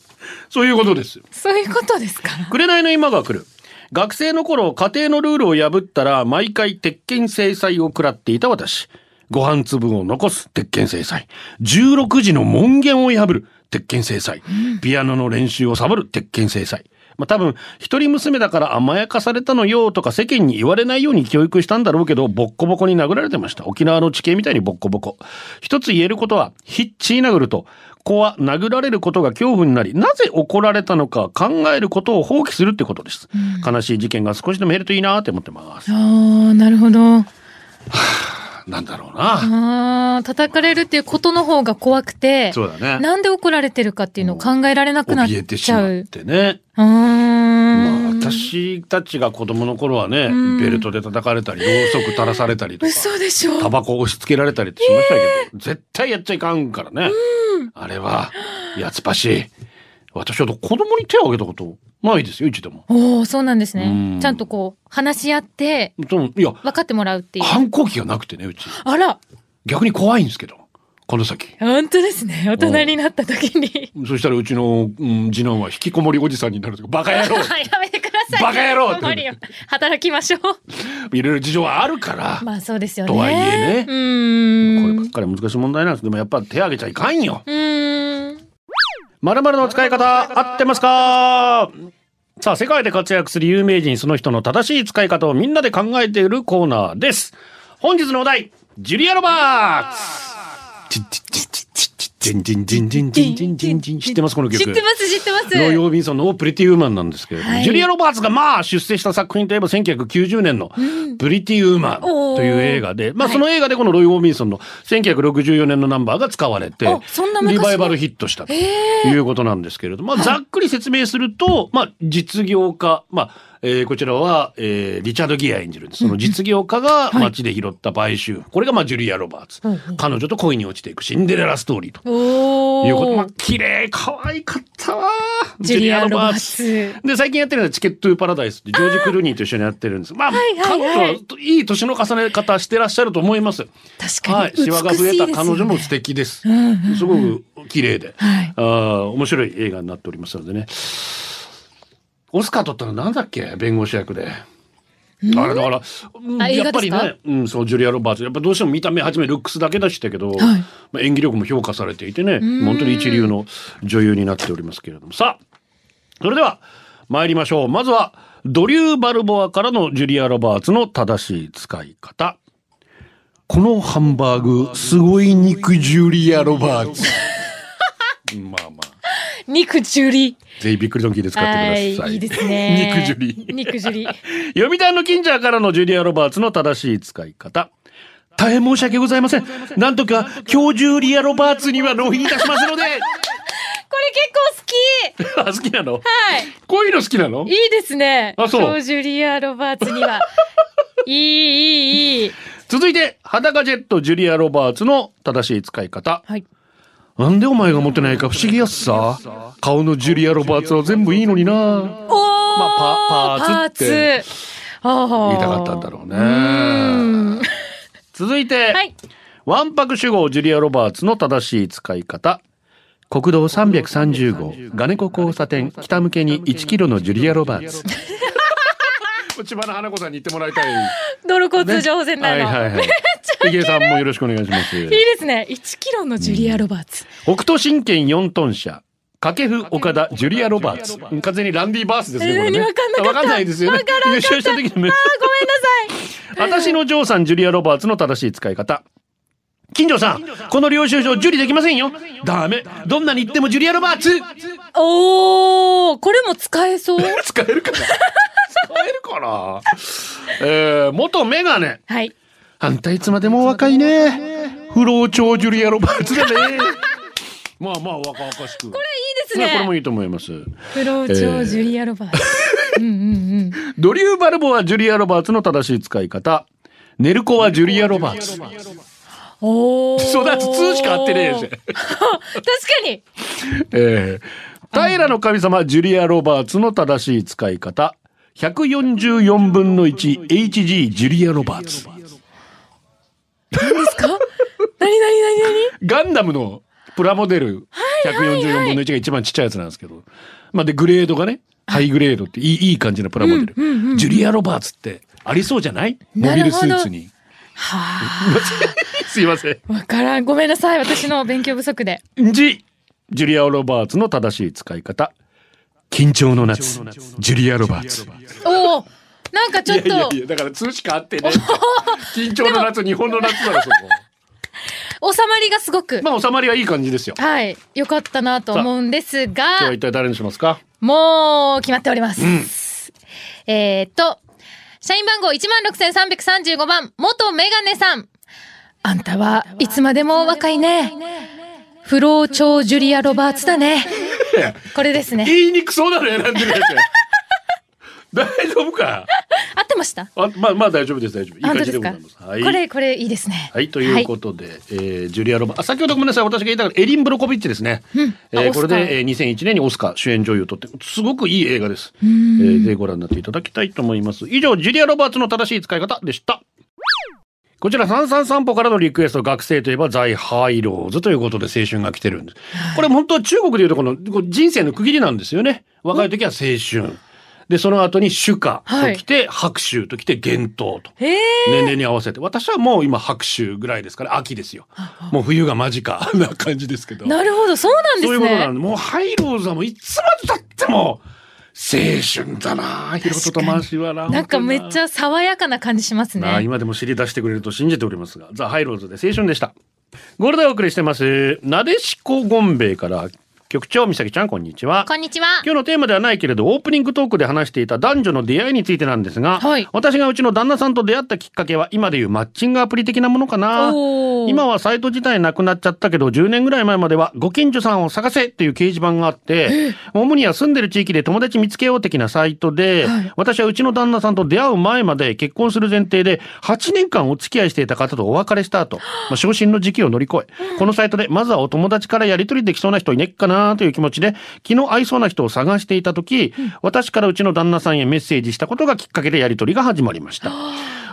Speaker 5: そういうことです。
Speaker 6: そういうことですか
Speaker 5: 紅の今が来る。学生の頃、家庭のルールを破ったら、毎回鉄拳制裁を食らっていた私。ご飯粒を残す鉄拳制裁。16時の門限を破る鉄拳制裁。ピアノの練習をサボる鉄拳制裁。まあ多分、一人娘だから甘やかされたのよとか世間に言われないように教育したんだろうけど、ボッコボコに殴られてました。沖縄の地形みたいにボッコボコ。一つ言えることは、ひっちり殴ると、子は殴られることが恐怖になり、なぜ怒られたのか考えることを放棄するってことです。悲しい事件が少しでも減るといいなって思ってます。
Speaker 6: ああなるほど
Speaker 5: なんだろうな。
Speaker 6: ああ叩かれるっていうことの方が怖くて
Speaker 5: そうだね。
Speaker 6: なんで怒られてるかっていうのを考えられなくなっ
Speaker 5: 怯えてし
Speaker 6: ち
Speaker 5: ま
Speaker 6: ゃ
Speaker 5: っ
Speaker 6: う
Speaker 5: てね。
Speaker 6: うーん、
Speaker 5: まあ、私たちが子供の頃はね、
Speaker 6: ん
Speaker 5: ベルトで叩かれたり、ろうそく垂らされたりとか、
Speaker 6: 嘘でしょ
Speaker 5: タバコ押し付けられたりってしましたけど、絶対やっちゃいかんからね。あれは、やつばしい。私は子供に手を挙げたことないですよ、一度も。
Speaker 6: おおそうなんです
Speaker 5: うん
Speaker 6: ねちゃんとこう話し合って
Speaker 5: そのいや、
Speaker 6: 分かってもらうっていう
Speaker 5: 反抗期がなくてね、うち。
Speaker 6: あら
Speaker 5: 逆に怖いんですけど、この先。
Speaker 6: 本当ですね大人になった時に
Speaker 5: そしたらうちの、うん、次男は引きこもりおじさんになるとか、バカ野郎
Speaker 6: あやめてください
Speaker 5: バカ野郎って
Speaker 6: 困るよ働きま しょう
Speaker 5: いろいろ事情はあるから、
Speaker 6: まあそうですよね。
Speaker 5: とはいえね
Speaker 6: う
Speaker 5: これ
Speaker 6: ー
Speaker 5: ばっ
Speaker 6: ん。
Speaker 5: かり難しい問題なんですけども、やっぱ手挙げちゃいかんよ。
Speaker 6: うーん。
Speaker 5: まるの使い方合ってますかさあ世界で活躍する有名人その人の正しい使い方をみんなで考えているコーナーです本日のお題ジュリア・ロバーツジンジンジンジンジンジンジンジン知ってますこの曲
Speaker 6: 知ってます知ってます。
Speaker 5: ロイ・オービンソンのプリティ・ウーマンなんですけれども、
Speaker 6: はい
Speaker 5: ジュリア・ロバーツがまあ出世した作品といえば1990年のプリティ・ウーマンという映画で、まあ
Speaker 6: はい
Speaker 5: その映画でこのロイ・オービンソンの1964年のナンバーが使われて
Speaker 6: あそんな、昔
Speaker 5: リ
Speaker 6: の
Speaker 5: バイバルヒットしたということなんですけれども、まあざっくり説明すると、まあ実業家、まあ、えーこちらは、えーリチャード・ギア演じるんですその実業家が街で拾った買収、これがまあジュリア・ロバーツ、彼女と恋に落ちていくシンデレラストーリーと
Speaker 6: お
Speaker 5: いうこと。まあ
Speaker 6: ー、
Speaker 5: 綺麗、可愛かったわ。
Speaker 6: ジュリア・ロバー。ツ。
Speaker 5: で、最近やってるのはチケット・トゥ・パラダイスってジョージ・クルーニーと一緒にやってるんです。まあ、
Speaker 6: いはいはい
Speaker 5: 彼女はいい年の重ね方してらっしゃると思います。
Speaker 6: 確
Speaker 5: は
Speaker 6: か
Speaker 5: い。
Speaker 6: に美
Speaker 5: シ
Speaker 6: しいですよ
Speaker 5: ワ
Speaker 6: ね。
Speaker 5: が増えた彼女も素敵です。すごく綺麗で。
Speaker 6: はい
Speaker 5: あー面白い映画になっておりますのでね。オスカー取ったのなんだっけ弁護士役で。あれだから、うん
Speaker 6: あ映
Speaker 5: やっ
Speaker 6: 画
Speaker 5: ぱ
Speaker 6: で
Speaker 5: り
Speaker 6: すか
Speaker 5: ね、うん、そう、ジュリア・ロバーツ、やっぱどうしても見た目はじめルックスだけ出したけど、
Speaker 6: はい
Speaker 5: まあ演技力も評価されていてね、本当に一流の女優になっておりますけれども。さあ、それでは参りましょう。まずは、ドリュー・バルボアからのジュリア・ロバーツの正しい使い方。このハンバーグ、すごい肉ジュリア・ロバーツ。まあまあ、
Speaker 6: 肉ジュリ。
Speaker 5: ぜひびっくりドンキーで使ってくだ
Speaker 6: は
Speaker 5: さい。。
Speaker 6: い。いいですね
Speaker 5: 肉ジュリ。
Speaker 6: 肉ジュリ。
Speaker 5: 読谷の近所からのジュリア・ロバーツの正しい使い方。大変申し訳ございません。なんとか、今日ジュリア・ロバーツには納品いたしますので。
Speaker 6: これ結構好き。
Speaker 5: あ、好きなの
Speaker 6: はい。
Speaker 5: こういうの好きなの
Speaker 6: いいですね。
Speaker 5: あそう
Speaker 6: 今日ジュリア・ロバーツ には。いい、いい、いい。
Speaker 5: 続いて、裸ジェット・ジュリア・ロバーツの正しい使い方。
Speaker 6: はい。
Speaker 5: なんでお前が持ってないか不思議やっさ。顔のジュリア・ロバーツは全部いいのにな。
Speaker 6: お
Speaker 5: あパパーツって言
Speaker 6: 言
Speaker 5: いたかったんだろうね
Speaker 6: ん
Speaker 5: 続いて、
Speaker 6: はい。
Speaker 5: わんぱく主語ジュリア・ロバーツの正しい使い方。国道330号、ガネコ交差点、北向けに1キロのジュリア・ロバーツ。千葉の花子さんに言ってもらいたい。
Speaker 6: 道路交通情報センタ
Speaker 5: は
Speaker 6: ー
Speaker 5: い
Speaker 6: の。
Speaker 5: はいはい。池江さんもよろしくお願いします。
Speaker 6: いいですね。1キロのジュリア・ロバーツ。
Speaker 5: 北斗神拳4トン車。掛布岡田ジュリア・ロバーツ。完全にランディ・バースですね。これね
Speaker 6: えーわかんなかった
Speaker 5: わかんないですよね。優勝した時のね。
Speaker 6: あーごめんなさい。
Speaker 5: 私のジョーさん、ジュリア・ロバーツの正しい使い方。金城さん、この領収書、受理できませんよ。ダメ。どんなに言ってもジュリア・ロバーツ。
Speaker 6: おー、これも使え そう。
Speaker 5: 使えるかな使えるかな えー、元メガネ。
Speaker 6: はい。
Speaker 5: あんたいつまでも若いね。不老長ジュリア・ロバーツだね。 まあまあ、若々しく。これ
Speaker 6: いいですね
Speaker 5: これもいいと思います。
Speaker 6: 不老長ジュリア・ロバーツ。うんうんうん。
Speaker 5: ドリュー・バルボはジュリア・ロバーツの正しい使い方。ネルコはジュリア・ロバーツ。
Speaker 6: おー。
Speaker 5: そうだ、普通しか合ってねえぜ。
Speaker 6: 確かに。
Speaker 5: えー、平の神様ジュリア・ロバーツの正しい使い方144分の 1HG ジュリア・ロバーツ
Speaker 6: 何ですか 何何何何
Speaker 5: ガンダムのプラモデル144分の1が一番ちっちゃいやつなんですけど、まあ、でグレードがねハイグレードっていいいい感じのプラモデル、ジュリア・ロバーツってありそうじゃないモ
Speaker 6: な
Speaker 5: ビ
Speaker 6: る
Speaker 5: ルス
Speaker 6: ほど
Speaker 5: ーツに
Speaker 6: は
Speaker 5: すいません
Speaker 6: あ。わからん。ごめんなさい。私の勉強不足で。
Speaker 5: G ジュリア・ロバーツの正しい使い方緊張の夏ジュリア・ロバーツ
Speaker 6: おー。なんかちょっと、
Speaker 5: いやいやいやだから通しかあってね緊張の夏日本の夏だ ろそこ
Speaker 6: 収まりがすごく。
Speaker 5: まあ収まりはいい感じですよ今
Speaker 6: はい。よかったなと思うんです
Speaker 5: 日は
Speaker 6: が
Speaker 5: 一、体誰にしますか
Speaker 6: もう決まっております。えーっと、社員番号16,335番、元メガネさん。あんたはいつまでも若いね。不老長ジュリア・ロバーツだね。これですね。
Speaker 5: 言いにくそうなの選んでるやつ大丈夫か
Speaker 6: 合ってました
Speaker 5: あまあまあ大丈夫です大丈夫いい
Speaker 6: 本
Speaker 5: 感
Speaker 6: 当
Speaker 5: じで
Speaker 6: で
Speaker 5: すござ
Speaker 6: か
Speaker 5: いますはい
Speaker 6: これ、これいいですね。
Speaker 5: はい、ということで、えージュリア・ロバあ先ほどごめんなさい、私が言いたかったエリン・ブロコビッチですね。えー
Speaker 6: あ
Speaker 5: これ
Speaker 6: オスカー
Speaker 5: で、えー2001年にオスカー主演女優を取って、すごくいい映画です。えーぜひご覧になっていただきたいと思います。以上、ジュリア・ロバーツの正しい使い方でした。こちら、三三散歩からのリクエスト、学生といえば、ザイ・ハイローズということで青春が来てるんです。これ本当は中国でいうとこの、こう人生の区切りなんですよね。若い時は青春。で、その後に主歌と来て、白秋と来て、幻冬と。
Speaker 6: ええ
Speaker 5: 年齢に合わせて私はもう今白秋ぐらいですから秋ですよもう冬が間近な感じですけど
Speaker 6: なるほど、そうなんで
Speaker 5: そうい
Speaker 6: す
Speaker 5: うことなん
Speaker 6: ね。
Speaker 5: でもうハイローズはもういつまでたっても青春だなひろと魂はな
Speaker 6: なんかめっち
Speaker 5: ゃ
Speaker 6: ゃ爽やかな感じします
Speaker 5: なあ
Speaker 6: ね。
Speaker 5: 今でも知り出してくれると信じておりますがザ・ハイローズで青春でしたゴールドでお送りしてますなでしこゴンベイから局長みさきちゃんこんにちは
Speaker 6: こんにちは。
Speaker 5: 今日のテーマではないけれどオープニングトークで話していた男女の出会いについてなんですが、
Speaker 6: はい
Speaker 5: 私がうちの旦那さんと出会ったきっかけは今でいうマッチングアプリ的なものかな
Speaker 6: おー
Speaker 5: 今はサイト自体なくなっちゃったけど10年ぐらい前まではご近所さんを探せという掲示板があって主には住んでる地域で友達見つけよう的なサイトで、私はうちの旦那さんと出会う前まで結婚する前提で8年間お付き合いしていた方とお別れした後、まあ、昇進の時期を乗り越えこのサイトでまずはお友達からやり取りできそうな人いねっかなという気持ちで気の合いそうな人を探していた時私からうちの旦那さんへメッセージしたことがきっかけでやり取りが始まりました。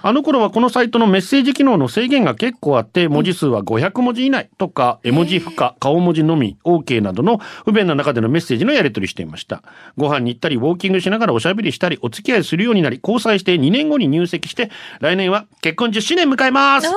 Speaker 5: あの頃はこのサイトのメッセージ機能の制限が結構あって、文字数は500文字以内とか、絵文字不可、顔文字のみ、OK などの不便な中でのメッセージのやり取りしていました。ご飯に行ったり、ウォーキングしながらおしゃべりしたり、お付き合いするようになり、交際して2年後に入籍して、来年は結婚10周年迎えます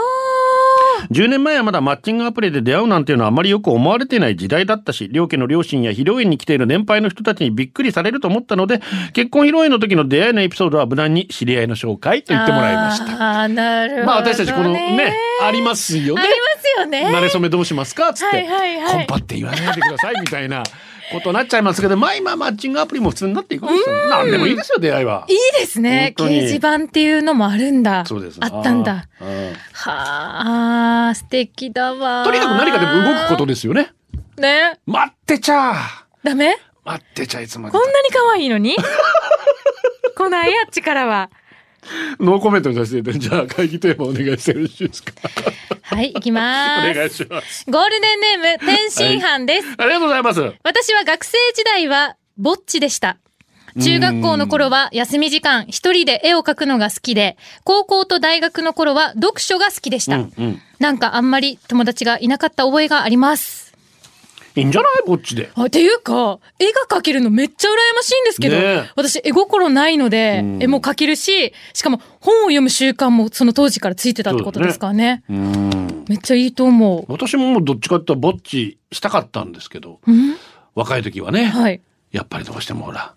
Speaker 5: 10年前はまだマッチングアプリで出会うなんていうのはあまりよく思われてない時代だったし、両家の両親や披露宴に来ている年配の人たちにびっくりされると思ったので、結婚披露宴の時の出会いのエピソードは無難に知り合いの紹介と言ってもらいました。
Speaker 6: ああ、なるほど、ね。
Speaker 5: まあ私たちこのね、ありますよ
Speaker 6: あ
Speaker 5: ね。
Speaker 6: りますよね。
Speaker 5: 慣れ初めどうしますかつって、
Speaker 6: はいはいはい
Speaker 5: コンパって言わないでくださいみたいなことになっちゃいますけど、まあ今マッチングアプリも普通になっていくんですよ。なんでもいいですよ、出会いは。
Speaker 6: いいですね。
Speaker 5: 本
Speaker 6: 掲
Speaker 5: 当に
Speaker 6: 示板っていうのもあるんだ。
Speaker 5: そうです
Speaker 6: あったんだ。。
Speaker 5: あーうん
Speaker 6: はあ、素敵だわ。
Speaker 5: とにかく何かでも動くこと
Speaker 6: で。
Speaker 5: ですよね。
Speaker 6: ね。
Speaker 5: 待ってちゃー
Speaker 6: ダメ
Speaker 5: 待ってちゃいつまで
Speaker 6: こんなに可愛いのに このあやっちからは。
Speaker 5: ノーコメントにさせていただいてじゃあ会議テーマお願いしてよろしいですか
Speaker 6: はい、行きま
Speaker 5: お
Speaker 6: ーす。
Speaker 5: 願いします
Speaker 6: ゴールデンネーム、天津飯です。
Speaker 5: ありがとうございます
Speaker 6: 私は学生時代は、ぼっちでした。中学校の頃は休み時間一人で絵を描くのが好きで、高校と大学の頃は読書が好きでした。
Speaker 5: うん
Speaker 6: なんかあんまり友達がいなかった覚えがあります。
Speaker 5: いいんじゃないこっちで。
Speaker 6: あっていうか、絵が描けるのめっちゃ羨ましいんですけど、
Speaker 5: ねえ
Speaker 6: 私絵心ないので、絵も描けるし、しかも本を読む習慣もその当時からついてたってことですからね。
Speaker 5: うん。
Speaker 6: めっちゃいいと思う。
Speaker 5: 私ももうどっちかって言ったらぼっちしたかったんですけど、
Speaker 6: うん
Speaker 5: 若い時はね、
Speaker 6: はい。
Speaker 5: やっぱりどうしてもほら、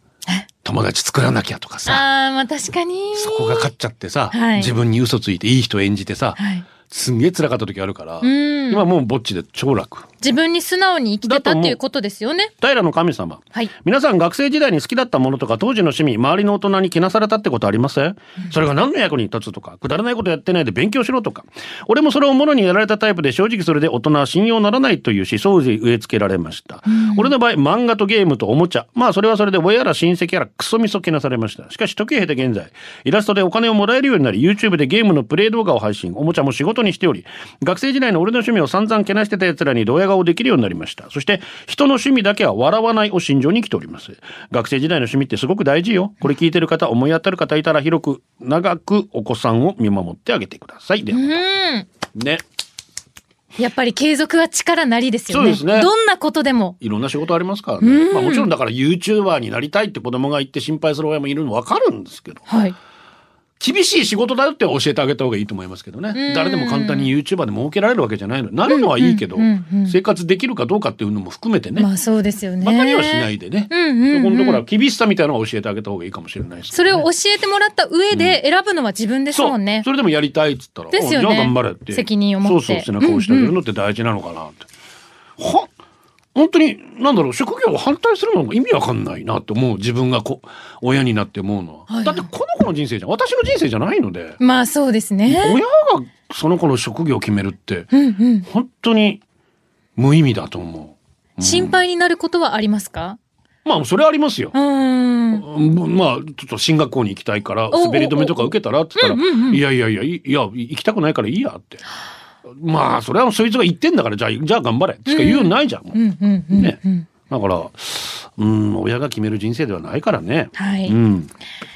Speaker 5: 友達作らなきゃとかさ、
Speaker 6: ああ、まあ確かに。
Speaker 5: そこが勝っちゃってさ、
Speaker 6: はい
Speaker 5: 自分に嘘ついていい人演じてさ、
Speaker 6: はい。
Speaker 5: すんげえ辛かった時あるから、
Speaker 6: うん
Speaker 5: 今もうぼっちで超楽。
Speaker 6: 自分に素直に生きてたっていうことですよね。
Speaker 5: 平の神様。
Speaker 6: はい。
Speaker 5: 皆さん学生時代に好きだったものとか当時の趣味周りの大人にけなされたってことありませんそれが何の役に立つとかくだらないことやってないで勉強しろとか俺もそれをものにやられたタイプで正直それで大人は信用ならないという思想を植え付けられました、俺の場合漫画とゲームとおもちゃまあそれはそれで親やら親戚やらクソみそけなされましたしかし時計経て現在イラストでお金をもらえるようになり YouTube でゲームのプレイ動画を配信おもちゃも仕事にしており学生時代の俺の趣味を散々けなしてた奴らにドヤ顔できるようになりましたそして人の趣味だけは笑わないを信条に生きております学生時代の趣味ってすごく大事よこれ聞いてる方思い当たる方いたら広く長くお子さんを見守ってあげてくださいでは
Speaker 6: うん。
Speaker 5: ね
Speaker 6: やっぱり継続は力なりですよね。
Speaker 5: そうですね
Speaker 6: どんなことでも。
Speaker 5: いろんな仕事ありますからね、まあ、もちろんだから YouTuber になりたいって子供が言って心配する親もいるの分かるんですけど
Speaker 6: はい。
Speaker 5: 厳しい仕事だよって教えてあげた方がいいと思いますけどね
Speaker 6: ん
Speaker 5: 誰でも簡単に YouTuber で儲けられるわけじゃないのなるのはいいけど
Speaker 6: うんうんうんうん
Speaker 5: 生活できるかどうかっていうのも含めてね
Speaker 6: まあそうですよね。
Speaker 5: バカにはしない。でね
Speaker 6: うんうんうん
Speaker 5: そこのところは厳しさみたいなのを教えてあげた方がいいかもしれないですね
Speaker 6: それを教えてもらった上で選ぶのは自分です
Speaker 5: そ
Speaker 6: も
Speaker 5: うん
Speaker 6: ね。
Speaker 5: それでもやりたいっつったら
Speaker 6: ですよね
Speaker 5: おじゃあ頑張れって
Speaker 6: 責任を持って
Speaker 5: そうそう背中を押してあげるのって大事なのかなって、は本当に何だろう職業を反対するのが意味わかんないなって思う自分がこ親になって思うのは、
Speaker 6: はいはい
Speaker 5: だってこの子の人生じゃん私の人生じゃないので、
Speaker 6: まあそうです
Speaker 5: 親
Speaker 6: ね。
Speaker 5: がその子の職業を決めるって
Speaker 6: うんうん。
Speaker 5: 本当に無意味だと思う、
Speaker 6: 心配になることはありますか
Speaker 5: うんまあそれはありますよ
Speaker 6: う、ーん。
Speaker 5: うんまあちょっと進学校に行きたいから
Speaker 6: お
Speaker 5: 滑り止めとか受けたらって言ったら「
Speaker 6: うんうんうん
Speaker 5: いやいやいやいいいや行きたくないからいいや」ってまあそれはそいつが言ってんだからじゃあじゃあ頑張れしか言うようないじゃん、もう
Speaker 6: うんうんうん、うん
Speaker 5: ねだからうん親が決める人生ではないからね、
Speaker 6: はい、
Speaker 5: うん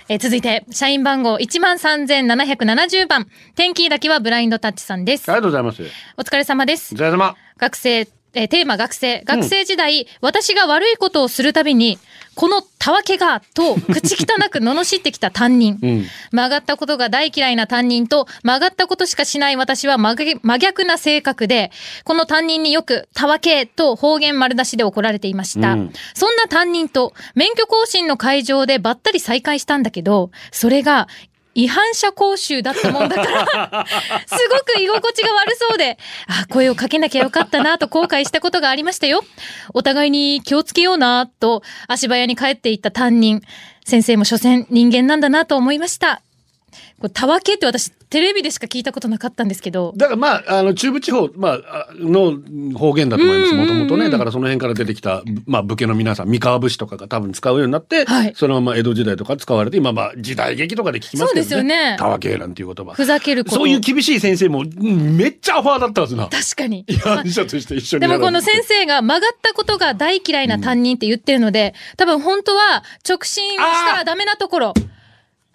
Speaker 6: えー続いて、社員番号13,770番。天気だけはブラインドタッチさんです
Speaker 5: あり。がとうございます
Speaker 6: お疲れ様です
Speaker 5: お。疲れ様
Speaker 6: 学生、えーテーマ学生。学生時代、私が悪いことをするたびに、このたわけが、と、口汚く罵ってきた担任。
Speaker 5: ん
Speaker 6: 曲がったことが大嫌いな担任と、曲がったことしかしない私は真逆真逆な性格で、この担任によく、たわけ、と方言丸出しで怒られていました。
Speaker 5: うん
Speaker 6: そんな担任と、免許更新の会場でばったり再会したんだけど、それが、違反者講習だったもんだから、すごく居心地が悪そうで、あ、声をかけなきゃよかったなと 後悔したことがありましたよ。お互いに気をつけようなと足早に帰っていった担任。先生も所詮人間なんだなと思いました。これたわけって私テレビでしか聞いたことなかったんですけど。
Speaker 5: だからまあ、あの、中部地方、まあ、あの方言だと思います。
Speaker 6: うん
Speaker 5: も
Speaker 6: うんう
Speaker 5: と
Speaker 6: ん
Speaker 5: もとね。だからその辺から出てきた、まあ、武家の皆さん、三河武士とかが多分使うようになって、
Speaker 6: はい
Speaker 5: そのまま江戸時代とか使われて、今まあ、時代劇とかで聞きますけどね。
Speaker 6: そうですよね
Speaker 5: たわけなんていう言葉。
Speaker 6: ふざけること。
Speaker 5: そういう厳しい先生も、うんめっちゃアファーだったはず な。
Speaker 6: 確かに。
Speaker 5: 違反者として一緒に
Speaker 6: で
Speaker 5: やら
Speaker 6: も
Speaker 5: れて
Speaker 6: この先生が曲がったことが大嫌いな担任って言ってるので、多分本当は直進したらダメなところ、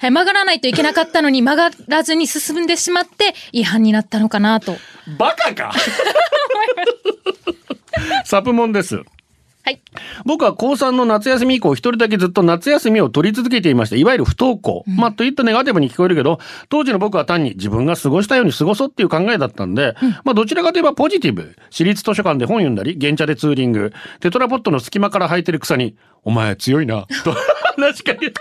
Speaker 6: はい、曲がらないといけなかったのに曲がらずに進んでしまって違反になったのかなと。
Speaker 5: バカ かサプモンです。
Speaker 6: はい。
Speaker 5: 僕は高3の夏休み以降、一人だけずっと夏休みを取り続けていました。いわゆる不登校。まあ、といったネガティブに聞こえるけど、当時の僕は単に自分が過ごしたように過ごそうっていう考えだったんで、まあ、どちらかといえばポジティブ。私立図書館で本読んだり、現茶でツーリング、テトラポットの隙間から生えてる草に、お前強いな、と 話しかけて。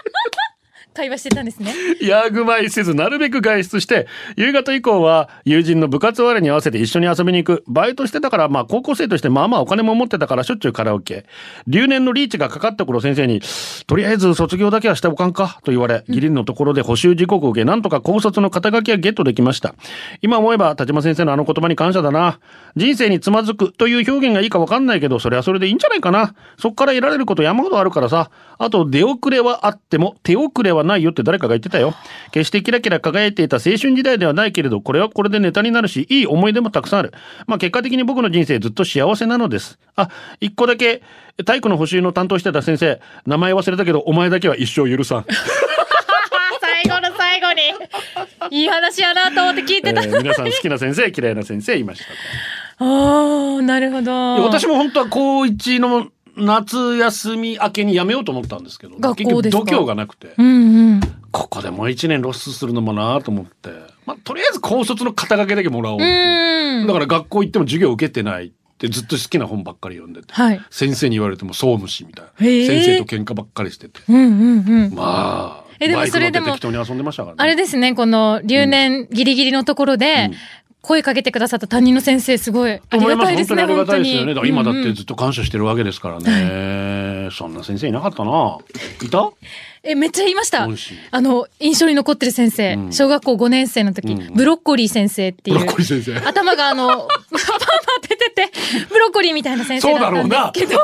Speaker 6: 会話してたんですね。
Speaker 5: やぐまいせず、なるべく外出して、夕方以降は友人の部活終わりに合わせて一緒に遊びに行く。バイトしてたから、まあ高校生としてまあまあお金も持ってたからしょっちゅうカラオケ。留年のリーチがかかった頃先生に、とりあえず卒業だけはしておかんかと言われ、義理のところで補習時刻を受け、なんとか高卒の肩書きはゲットできました。今思えば、田島先生のあの言葉に感謝だな。人生につまずくという表現がいいかわかんないけど、それはそれでいいんじゃないかな。そっから得られること山ほどあるからさ。あと、出遅れはあっても、手遅れはなないよって誰かが言ってたよ。決してキラキラ輝いていた青春時代ではないけれど、これはこれでネタになるし、いい思い出もたくさんある。まあ結果的に僕の人生ずっと幸せなのです。あ、一個だけ、体育の補習の担当してた先生、名前忘れたけど、お前だけは一生許 さん。
Speaker 6: 最後の最後にいい話やなと思って聞い
Speaker 5: え
Speaker 6: てた、
Speaker 5: ー皆さん好きな先生、嫌いな先生いました。
Speaker 6: ああなるほど
Speaker 5: いや私も本当は高一の夏休み明けに辞めようと思ったんですけど、
Speaker 6: 学
Speaker 5: 結
Speaker 6: 校
Speaker 5: 局
Speaker 6: です
Speaker 5: 度
Speaker 6: か
Speaker 5: 胸がなくて、
Speaker 6: うんうん
Speaker 5: ここでもう一年ロスするのもなと思って、まあ、とりあえず高卒の肩書きだけもらおう。
Speaker 6: う
Speaker 5: だ
Speaker 6: ーん
Speaker 5: から学校行っても授業受けてないってずっと好きな本ばっかり読んでて、
Speaker 6: はい
Speaker 5: 先生に言われても総務士みたいな。
Speaker 6: へー
Speaker 5: 先生と喧嘩ばっかりしてて。
Speaker 6: うんうんうん
Speaker 5: まあ、
Speaker 6: えでも
Speaker 5: バイク
Speaker 6: そ
Speaker 5: 乗
Speaker 6: れ
Speaker 5: っ
Speaker 6: で
Speaker 5: て
Speaker 6: も
Speaker 5: 適当に遊んでましたからね。
Speaker 6: あれですねこの留年ギリギリのところで、
Speaker 5: うん
Speaker 6: 声かけてくださった担任の先生すごいあり
Speaker 5: 思い
Speaker 6: が
Speaker 5: ま
Speaker 6: た
Speaker 5: す
Speaker 6: いで
Speaker 5: 本
Speaker 6: す
Speaker 5: 当にあ
Speaker 6: ね
Speaker 5: りが
Speaker 6: 本
Speaker 5: た
Speaker 6: 当
Speaker 5: いですよね。
Speaker 6: に
Speaker 5: だから今だって
Speaker 6: うんうん
Speaker 5: ずっと感謝してるわけですからね。そんな先生いなかったな。いた
Speaker 6: えめっちゃ言いました
Speaker 5: 恩師
Speaker 6: あの印象に残ってる先生、
Speaker 5: うん
Speaker 6: 小学校5年生の時、
Speaker 5: うん
Speaker 6: ブロッコリー先生 ってい
Speaker 5: ブロ
Speaker 6: う
Speaker 5: ッコリー先生。
Speaker 6: 頭が あの、パンパン出てて、ブロッコリーみたいな先生だったんですけど、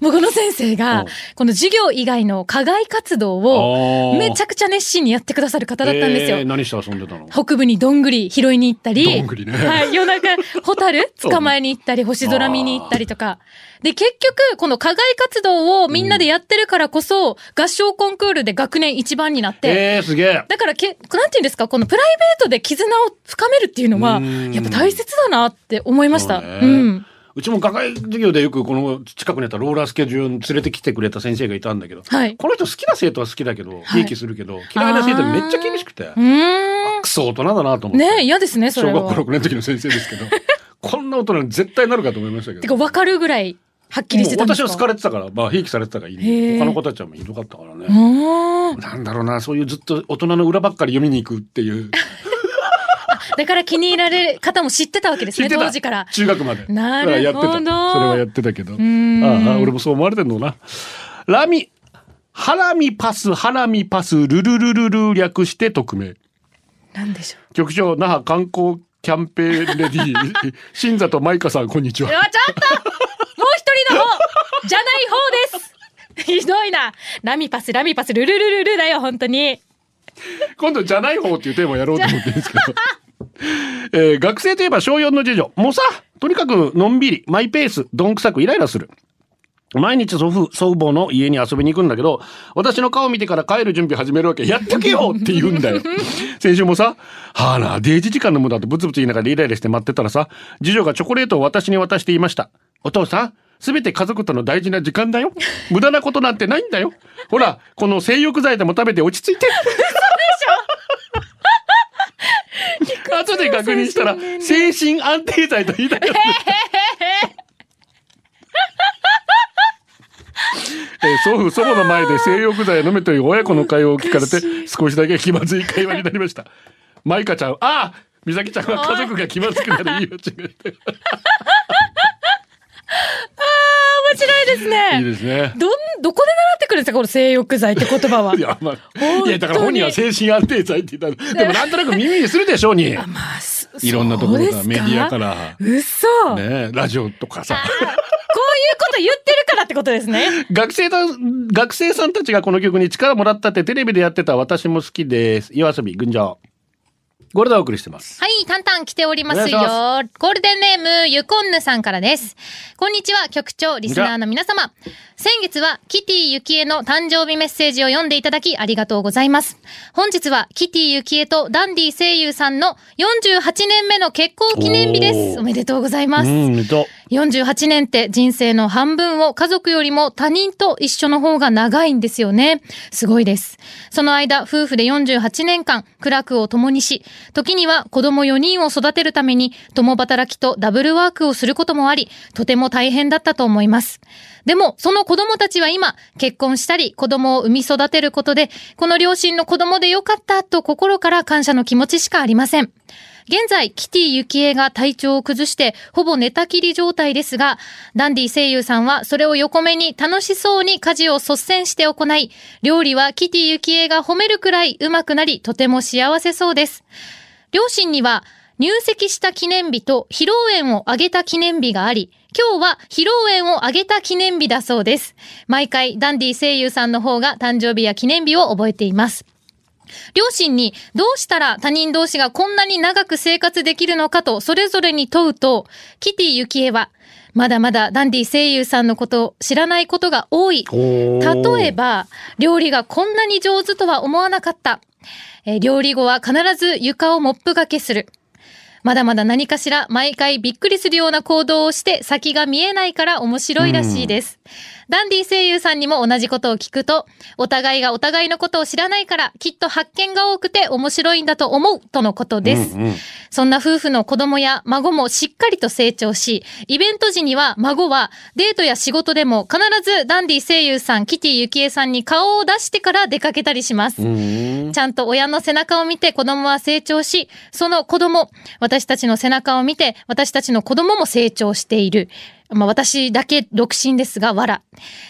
Speaker 6: もうこの先生
Speaker 5: う
Speaker 6: が
Speaker 5: ん、
Speaker 6: この授業以外の課外活
Speaker 5: あ
Speaker 6: 動を、
Speaker 5: ー
Speaker 6: めちゃくちゃ熱心にやってくださる方だったんですよ。
Speaker 5: えー何して遊んでたの
Speaker 6: 北部にどんぐり拾いに行ったり、
Speaker 5: どんぐりね
Speaker 6: はい、夜中、ホタ ル捕まえに行ったり、星空見に行ったりとか。で、結局、この課外活動をみんなでやってるからこそ、合唱コンクールで学年一番になって、
Speaker 5: えー、すげえ。
Speaker 6: だからけ、なんて言うんですか、このプライベートで絆を深めるっていうのは
Speaker 5: う、ん
Speaker 6: やっぱ大切だなって思いました。う
Speaker 5: そうね
Speaker 6: ん。
Speaker 5: うちも課外授業でよくこの近くにあったローラースケジュールに連れてきてくれた先生がいたんだけど、
Speaker 6: はい
Speaker 5: この人好きな生徒は好きだけど、
Speaker 6: はい
Speaker 5: いい気するけど、嫌いな生徒めっちゃ厳しくて、
Speaker 6: うーん。
Speaker 5: クソ大人だなと思って。
Speaker 6: ねえ、嫌ですね、それ
Speaker 5: 小
Speaker 6: は。
Speaker 5: 学校6年の時の先生ですけ ど、こんな大人に絶対なるかと思いましたけど。
Speaker 6: てか、わかるぐらい、はっきりしてたんです
Speaker 5: 私は
Speaker 6: か
Speaker 5: 好かれてたから、まあ、ひいきされてたからいい
Speaker 6: へ
Speaker 5: ね。
Speaker 6: え
Speaker 5: 他の子たちはもうひどかったからね。
Speaker 6: うーん
Speaker 5: なんだろうな、そういうずっと大人の裏ばっかり読みに行くって いう。
Speaker 6: だから気に入られる方も知ってたわけです
Speaker 5: 知っ
Speaker 6: ね、
Speaker 5: てた
Speaker 6: 当時から。
Speaker 5: 中学まで。
Speaker 6: なるほど
Speaker 5: だからやってた。それはやってたけど。あ
Speaker 6: ん
Speaker 5: あ、俺もそう思われてんのな。ラミ、ハラミパス、ハラミパス、ルルルルル略して匿名。
Speaker 6: なんでしょ
Speaker 5: 局長、那覇観光キャンペーンレディー、新里舞香さん、こんにち
Speaker 6: う。う
Speaker 5: は。
Speaker 6: わ、ちょっともう一人の方じゃない方です ひどいな。ラミパス、ラミパス、ルルルルルだよ、本当に。
Speaker 5: 今度、じゃない方っていうテーマやろうと思ってるんですけど。えー学生といえば小4の次女。もうさ、とにかくのんびり、マイペース、どんくさくイライラする。毎日祖父、祖父母の家に遊びに行くんだけど、私の顔見てから帰る準備始めるわけ、やっとけよって言うんだよ。先週もさ、はあなあ、デージ時間の無駄ってブツブツ言いながらイライラして待ってたらさ、次女がチョコレートを私に渡していました。お父さん、すべて家族との大事な時間だよ。無駄なことなんてないんだよ。ほら、この性欲剤でも食べて落ち着いて。後で確認 したら、精神安定剤と言いたい。えー祖父祖母の前で性欲剤を飲めという親子の会話を聞かれて少しだけ気まずい会話になりましたマイカちゃんああ美咲ちゃんは家族が気まずくなるいいよ違って
Speaker 6: 面白いですね。
Speaker 5: いいですね
Speaker 6: どん、どこで習ってくるんですかこの性欲剤って言葉は。
Speaker 5: いや,、ま
Speaker 6: 本当
Speaker 5: あ、
Speaker 6: に
Speaker 5: いやだから本人は精神安定剤って言ったのでもなんとなく耳にするでしょう に
Speaker 6: あす
Speaker 5: いろんなところから
Speaker 6: そう
Speaker 5: メ
Speaker 6: です
Speaker 5: ディアから
Speaker 6: 嘘、こういう
Speaker 5: ねラジオとかさ
Speaker 6: こと言ってるからってことですね。
Speaker 5: 学生だ、学生さんたちがこの曲に力もらったってテレビでやってた私も好きです。夜遊び、群青。これでお送りしてます。
Speaker 6: はい、タンタン来ておりますよ
Speaker 5: お願いし。
Speaker 6: ゴールデンネーム、ゆこんぬさんからです。こんにちは、局長、リスナーの皆様。先月は、キティゆきえの誕生日メッセージを読んでいただき、ありがとうございます。本日は、キティゆきえとダンディ声優さんの48年目の結婚記念日です。
Speaker 5: おー
Speaker 6: おめでとうございます。
Speaker 5: うん、見た。
Speaker 6: 48年って人生の半分を家族よりも他人と一緒の方が長いんですよね。すごいです。その間、夫婦で48年間、苦楽を共にし、時には子供4人を育てるために、共働きとダブルワークをすることもあり、とても大変だったと思います。でも、その子供たちは今、結婚したり、子供を産み育てることで、この両親の子供でよかったと心から感謝の気持ちしかありません。現在、キティゆきえが体調を崩して、ほぼ寝たきり状態ですが、ダンディ声優さんはそれを横目に楽しそうに家事を率先して行い、料理はキティゆきえが褒めるくらい上手くなり、とても幸せそうです。両親には、入籍した記念日と披露宴を挙げた記念日があり、今日は披露宴を挙げた記念日だそうです。毎回、ダンディ声優さんの方が誕生日や記念日を覚えています。両親にどうしたら他人同士がこんなに長く生活できるのかとそれぞれに問うと、キティゆきえは、まだまだダンディ声優さんのことを知らないことが多い。例えば、料理がこんなに上手とは思わなかった。えー料理後は必ず床をモップがけする。まだまだ何かしら毎回びっくりするような行動をして先が見えないから面白いらしいです。ダンディ声優さんにも同じことを聞くと、お互いがお互いのことを知らないからきっと発見が多くて面白いんだと思うとのことです。そんな夫婦の子供や孫もしっかりと成長し、イベント時には孫はデートや仕事でも必ずダンディ声優さん、キティゆきえさんに顔を出してから出かけたりします。ちゃんと親の背中を見て子供は成長し、その子供、私たちの背中を見て、私たちの子供も成長している。まあ私だけ独身ですが、わら。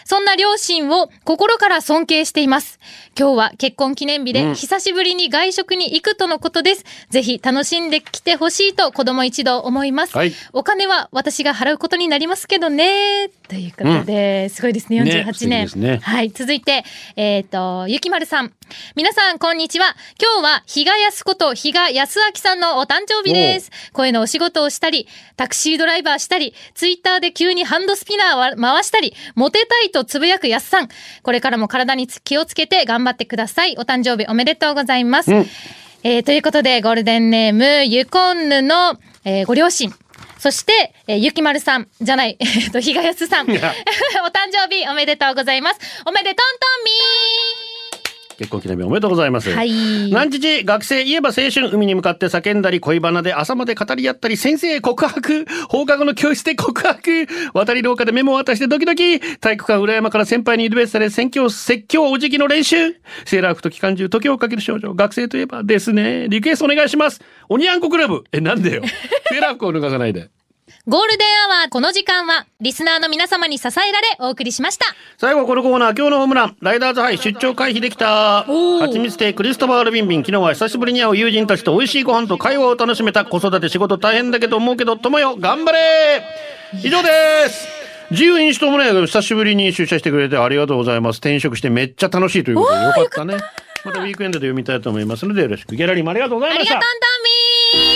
Speaker 6: そんな両親を心から尊敬しています。今日は結婚記念日で久しぶりに外食に行くとのことです。ぜひ楽しんできてほしいと子供一同思います。
Speaker 5: はい
Speaker 6: お金は私が払うことになりますけどね。ということで、すごいですね、
Speaker 5: ね
Speaker 6: 48年。
Speaker 5: 素敵ですね
Speaker 6: はい、続いて、えっ、と、ゆきまるさん。皆さん、こんにちは。今日は、比嘉康子と比嘉康明さんのお誕生日です。声のお仕事をしたり、タクシードライバーしたり、ツイッターで急にハンドスピナーを回したり、モテたいとつぶやくやすさん。これからも体に気をつけて頑張ってください。お誕生日おめでとうございます。えーということで、ゴールデンネーム、ゆこんぬの、えーご両親。そして、えーゆきまるさん、じゃない、 えーと、ひがやすさ ん。お誕生日おめでとうございます。おめでとんとんみ
Speaker 5: 結婚記念日おめでとうございます。
Speaker 6: はい
Speaker 5: 何日学生言えば青春海に向かって叫んだり恋バナで朝まで語り合ったり先生へ告白放課後の教室で告白渡り廊下でメモを渡してドキドキ体育館裏山から先輩にリベースされ宣教説教お辞儀の練習セーラー服と機関銃時をかける少女学生といえばですねリクエストお願いしますおにゃんこクラブえなんでよセーラー服を脱がさないで
Speaker 6: ゴールデンアワー、この時間は、リスナーの皆様に支えられお送りしました。
Speaker 5: 最後はこのコーナー今日のホームランライダーズハイ出張回避できたはちみつ亭クリストファー・ルビンビン昨日は久しぶりに会う友人たちと美味しいご飯と会話を楽しめた子育て仕事大変だけど思うけど友よ頑張れ以上です自由民主党もね久しぶりに出社してくれてありがとうございます転職してめっちゃ楽しいということでよかったねまたウィークエンドで読みたいと思いますのでよろしくギャラリーもありがとうござい
Speaker 6: あ
Speaker 5: ま
Speaker 6: り
Speaker 5: し
Speaker 6: がと
Speaker 5: た
Speaker 6: んとんみ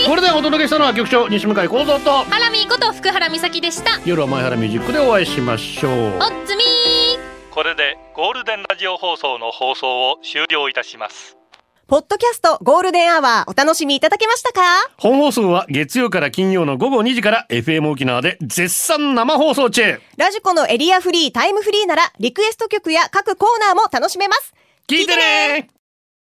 Speaker 5: これでお届けしたのは局長西向井幸三と
Speaker 6: ハラミーこと福原美咲でした。
Speaker 5: 夜は前原ミュージックでお会いしましょう
Speaker 6: おっつみー
Speaker 1: これでゴールデンラジオ放送の放送を終了いたします
Speaker 7: ポッドキャストゴールデンアワーお楽しみいただけましたか
Speaker 5: 本放送は月曜から金曜の午後2時から FM 沖縄で絶賛生放送中
Speaker 7: ラジコのエリアフリータイムフリーならリクエスト曲や各コーナーも楽しめます。
Speaker 5: 聞いてね